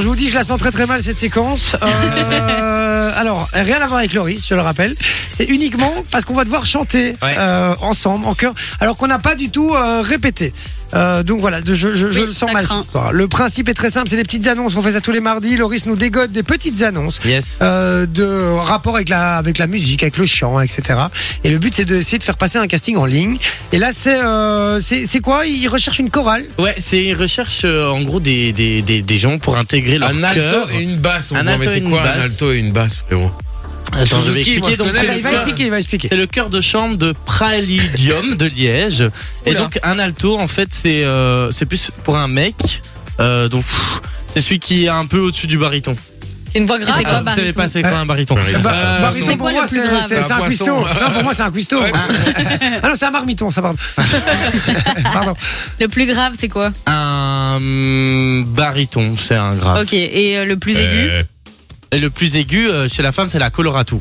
je vous dis, je la sens très très mal cette séquence. Euh, alors, rien à voir avec Loris, je le rappelle. C'est uniquement parce qu'on va devoir chanter Ouais. euh, ensemble, en chœur, alors qu'on n'a pas du tout euh, répété. Euh, donc voilà, je, je- je Oui, le sens ça mal craint. cette histoire. Le principe est très simple, c'est des petites annonces. On fait ça tous les mardis. Loris nous dégote des petites annonces Yes. euh, de rapport avec la, avec la musique, avec le chant, etc. Et le but, c'est d'essayer de faire passer un casting en ligne. Et là, c'est euh, c'est c'est quoi Ils recherchent une chorale. Euh, Ouais, c'est ils recherchent euh, en gros des, des, des, des gens pour intégrer leur Un chœur. alto et une basse, on Un voit, mais alto et c'est une quoi un basse. alto et une basse, frérot Attends, je vais Suzuki, moi, expliquer. je Donc, connais. Ah, bah, c'est Il le va chœur- expliquer, il va expliquer. C'est le chœur de chambre de Pralidium de Liège. Et Oula. donc un alto, en fait, c'est euh, c'est plus pour un mec. Euh, donc pff, c'est celui qui est un peu au-dessus du baryton. C'est une voix grave. Ah, vous savez pas c'est quoi un baryton Ouais. Bah, Euh, Bariton, c'est pour quoi le moi, plus c'est grave c'est- Un c'est un poisson. cuistot. Non, pour moi, c'est un cuistot. ah non, c'est un marmiton, ça, pardon. pardon. Le plus grave, c'est quoi Un mm, baryton, c'est un grave. Ok. Et euh, le plus aigu Euh, Et le plus aigu euh, chez la femme, c'est la coloratou.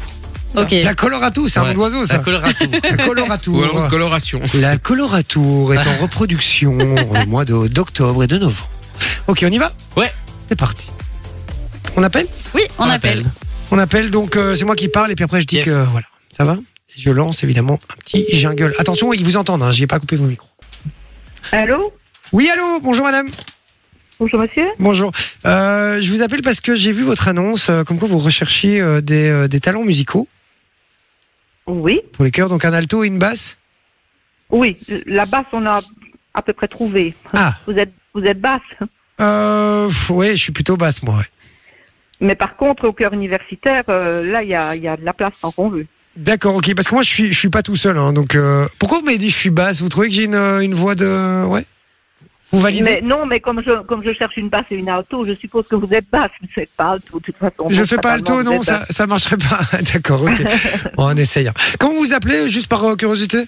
Ok. La coloratou, c'est un Ouais, nom d'oiseau, La ça. coloratou. La coloratou. Ou alors une coloration. La coloratour est en reproduction au mois de- d'octobre et de novembre. Ok, on y va Ouais. C'est parti. On appelle Oui, on, appelle. On appelle donc, euh, c'est moi qui parle et puis après je dis Yes. que euh, voilà, ça va Je lance évidemment un petit jingle. Attention, ils vous entendent, hein, j'ai pas coupé vos micros. Allô Oui, allô, bonjour madame. Bonjour monsieur Bonjour. Euh, je vous appelle parce que j'ai vu votre annonce, euh, comme quoi vous recherchiez euh, des, euh, des talents musicaux Oui pour les chœurs, donc un alto et une basse. Oui, la basse, on a à peu près trouvé. Ah, Vous êtes, vous êtes basse. euh, pff, ouais, je suis plutôt basse moi. ouais. Mais par contre, au cœur universitaire, euh, là, il y a, il y a de la place tant qu'on veut. D'accord, ok, parce que moi je suis, je suis pas tout seul, hein, donc euh, pourquoi vous m'avez dit je suis basse Vous trouvez que j'ai une, euh, une voix de... Ouais Vous validez Mais non, mais comme je, comme je cherche une basse et une alto, je suppose que vous êtes basse. Vous ne faites pas alto, de toute façon. Je Donc, fais pas alto, fatalement, vous non, êtes ça, basse. ça marcherait pas. D'accord, ok. Bon, on essaye. hein. Comment vous vous appelez, juste par euh, curiosité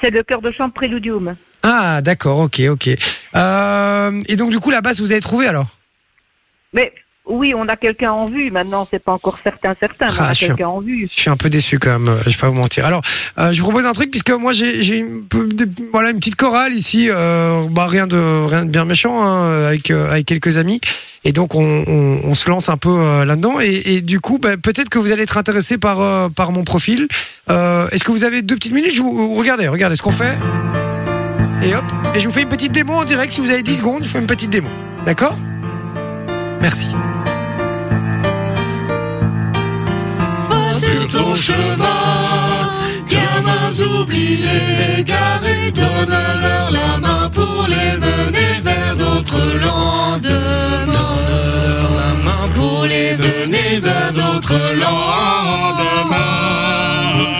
C'est le cœur de chambre préludium. Ah, d'accord, ok, ok. Euh, et donc, du coup, la basse, vous avez trouvé alors Mais oui, on a quelqu'un en vue. Maintenant, c'est pas encore certain, certain. mais Ah, on a sûr. quelqu'un en vue. Je suis un peu déçu quand même, euh, je vais pas vous mentir. Alors, euh, je vous propose un truc, puisque moi, j'ai j'ai une, peu- des- voilà, une petite chorale ici, euh, bah, rien, de, rien de bien méchant, hein, avec, euh, avec quelques amis. Et donc, on, on, on se lance un peu euh, là-dedans. Et, et du coup, bah, peut-être que vous allez être intéressé par, euh, par mon profil. Euh, Est-ce que vous avez deux petites minutes je vous, euh, Regardez, regardez ce qu'on fait. Et hop, et je vous fais une petite démo en direct. Si vous avez 10 secondes, je vous fais une petite démo. D'accord Merci. Sur ton chemin, gamins oubliés, égarés, donne-leur la main pour les mener vers d'autres lendemains. Donne-leur la main pour les mener vers d'autres lendemains.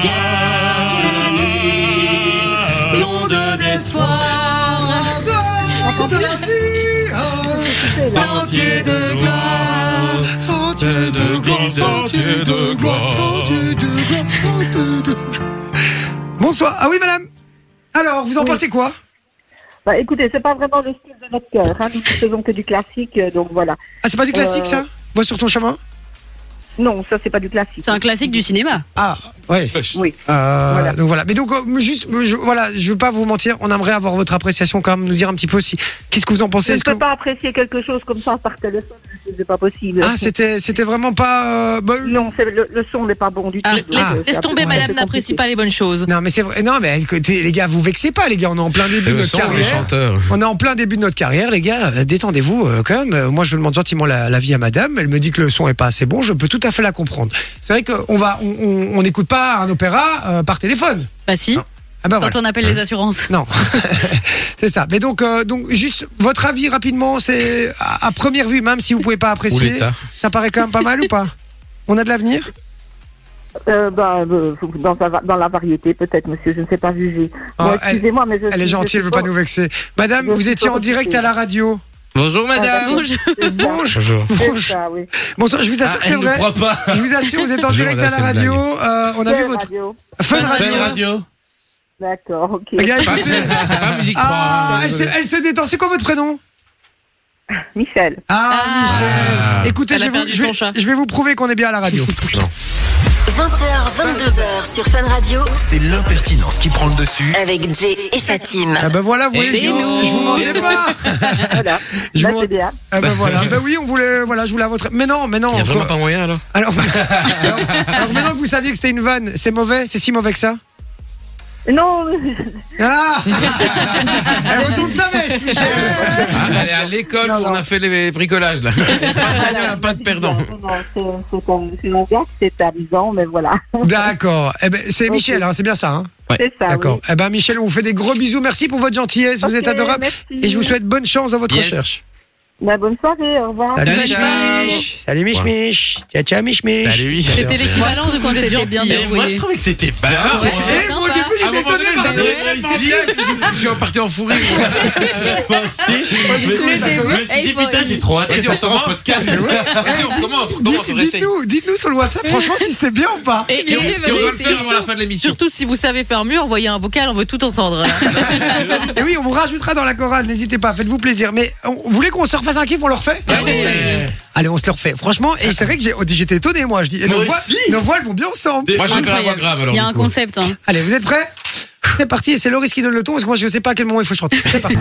Car les nuits, l'onde d'espoir, de la vie, sentier de gloire. sentier de gloire, sentier de gloire, sentier de gloire, sentier de gloire. Bonsoir. Ah oui, madame. Alors, vous en pensez quoi Bah, écoutez, c'est pas vraiment le style de notre cœur. hein. Nous ne faisons que du classique, euh, donc voilà. Ah, c'est pas du classique, Euh. ça Vois sur ton chemin Non, ça, c'est pas du classique. C'est un classique du cinéma. Ah, ouais. Oui. Euh, Voilà. Donc voilà. Mais donc, euh, juste, euh, je, voilà, je veux pas vous mentir, on aimerait avoir votre appréciation quand même, nous dire un petit peu si. Qu'est-ce que vous en pensez Je ne Est-ce que peux pas apprécier quelque chose comme ça par téléphone, c'est pas possible. Ah, c'était, c'était vraiment pas. euh, bah, non, c'est- le, le son n'est pas bon du tout. Ah, donc, laisse, euh, laisse c'est tomber, absolument madame compliqué. n'apprécie pas les bonnes choses. Non, mais c'est vrai. Non, mais écoutez, les gars, vous vexez pas, les gars. On est en plein Eh début Et le de ben notre son, Eh ben, les carrière. chanteurs. On est en plein début de notre carrière, les gars. Euh, Détendez-vous euh, quand même. Euh, Moi, je demande gentiment la, la vie à madame. Elle me dit que le son est pas assez bon. Je peux tout à fait la comprendre. C'est vrai qu'on va, on- on on n'écoute pas un opéra euh, par téléphone. Bah si, Ah bah quand voilà. on appelle les assurances. Non, c'est ça. Mais donc, euh, donc, juste votre avis rapidement, c'est à, à première vue, même si vous pouvez pas Ou apprécier, l'État. ça paraît quand même pas mal ou pas On a de l'avenir Euh, bah, euh, dans, sa va- dans la variété, peut-être, monsieur, je ne sais pas juger. Oh, Bon, elle- Excusez-moi, mais je. Elle est suis- gentille, elle veut pas nous vexer. Madame, Je vous suis étiez en pas direct à la radio. Bonjour madame. Bonjour. Bon, Bonjour. Bonjour. c'est Bonjour. ça, oui. Bonsoir, je vous Ah, assure que c'est elle ne vrai. croit pas. Je vous assure, vous êtes en Je direct à regarde, la c'est une radio. Euh, on a vu Quelle votre radio Fun Fun Radio. Fun radio. D'accord, ok. Les gars, Pas- écoutez. C'est c'est pas musique. Ah, elle se, elle se détend. C'est quoi votre prénom Michel. Ah, Ah. Michel. Écoutez, Elle je a vais, vous, perdu je, vais, son chat. je vais vous prouver qu'on est bien à la radio. 20h, 22h sur Fun Radio C'est l'impertinence qui prend le dessus. avec Jay et sa team. Ah bah voilà, vous voyez, je, je vous mentais pas. Ah, Voilà. Je Là, vous- c'est bien. Ah bah voilà, bah oui, on voulait, voilà, je voulais à votre. Mais non, mais non. Il y a vraiment quoi. pas moyen alors Alors, alors, alors maintenant que vous saviez que c'était une vanne, c'est mauvais, c'est si mauvais que ça Non, Ah Elle retourne sa veste, Michel. Ah, Elle est à l'école, Non, non. on a fait les bricolages là. Ah, Pas de gagnant, pas de perdant. Ah, Non, non, c'est- c'est un- c'est mon gars, c'est amusant, mais voilà. D'accord. Eh ben, c'est Ok. Michel, hein, c'est bien ça. Hein C'est ça. D'accord. Eh ben, Michel, on vous fait des gros bisous. Merci pour votre gentillesse. oui. vous êtes Ok, adorable. merci. Et je vous souhaite bonne chance dans votre Yes. recherche. Bah, bonne soirée, au revoir. Salut, Bonne soirée. Mich. Salut, Mich, Mich. Ciao, ciao, Mich, Mich. Allez, oui. C'était l'équivalent de quand vous êtes déjà bien Mais moi, je débrouillé. trouvais que c'était Bah, pas. alors, Ouais, moi, c'était Eh, moi, au sympa. début, Ah, à un j'étais moment donné, étonné. ça par devait le- être bien. Je suis parti en fou rire. Moi, j'ai trouvé Le ça début. correct. Eh, il faut- trop hâte. Vas-y, on recommence. Mais ouais. Vas-y, Eh, on recommence. on recommence, Dites- on réessaye. Dites-nous, dites-nous sur le WhatsApp, franchement, si c'était bien ou pas. Et- Si on et- si on doit le faire surtout- avant la fin de l'émission. Surtout si vous savez faire mieux, envoyez un vocal, on veut tout entendre. Et oui, on vous rajoutera dans la chorale, n'hésitez pas, faites-vous plaisir. Mais on, vous voulez qu'on se refasse un kiff, on le refait Vas-y. Allez, on se le refait. Franchement, et c'est vrai que j'ai- oh, j'étais étonné, moi. Je dis, et nos, Moi voix, aussi. nos voix, elles vont bien ensemble. Moi, je vais faire la voix grave alors. Il y a du un coup. concept. Hein. Allez, vous êtes prêts C'est parti, et c'est Loris qui donne le ton, parce que moi, je sais pas à quel moment il faut chanter. C'est parti.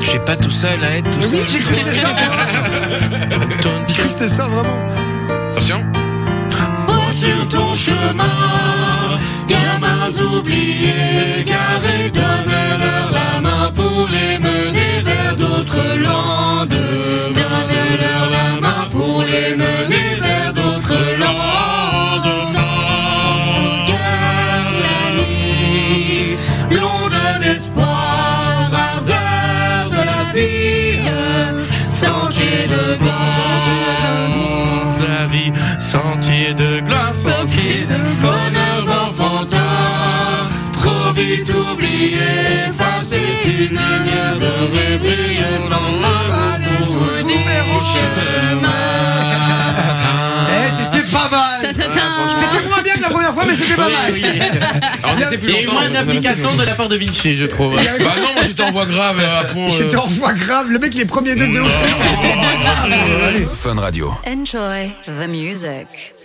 Je suis pas tout seul à être tout Mais oui, seul. j'ai cru que c'était ça. moi. J'ai cru que c'était ça, vraiment. Attention. Vois sur ton chemin, gamins oubliés, garés, donne-leur la main pour les mener vers d'autres landes. Donne-leur la main pour les mener vers d'autres landes. Sans sauvegarde la nuit, l'onde d'espoir, ardeur de la vie, sentier de gloire. La vie, sentier de glace. Sentier de bonheurs enfantins, trop vite oubliés, effacés, une lumière devrait briller sans fin pour vous dire au chemin. Eh, c'était pas mal. C'était moins bien que la première fois, mais Ah, c'était pas mal. Alors, on était plus Il y a eu longtemps, moins on a d'application de la part de Vinci, je trouve. Il y avait- Bah non, moi j'étais en voix grave euh, à fond. euh. J'étais en voix grave, le mec, les premiers deux de ouf. C'était grave. Allez. Fun Radio. Enjoy the music.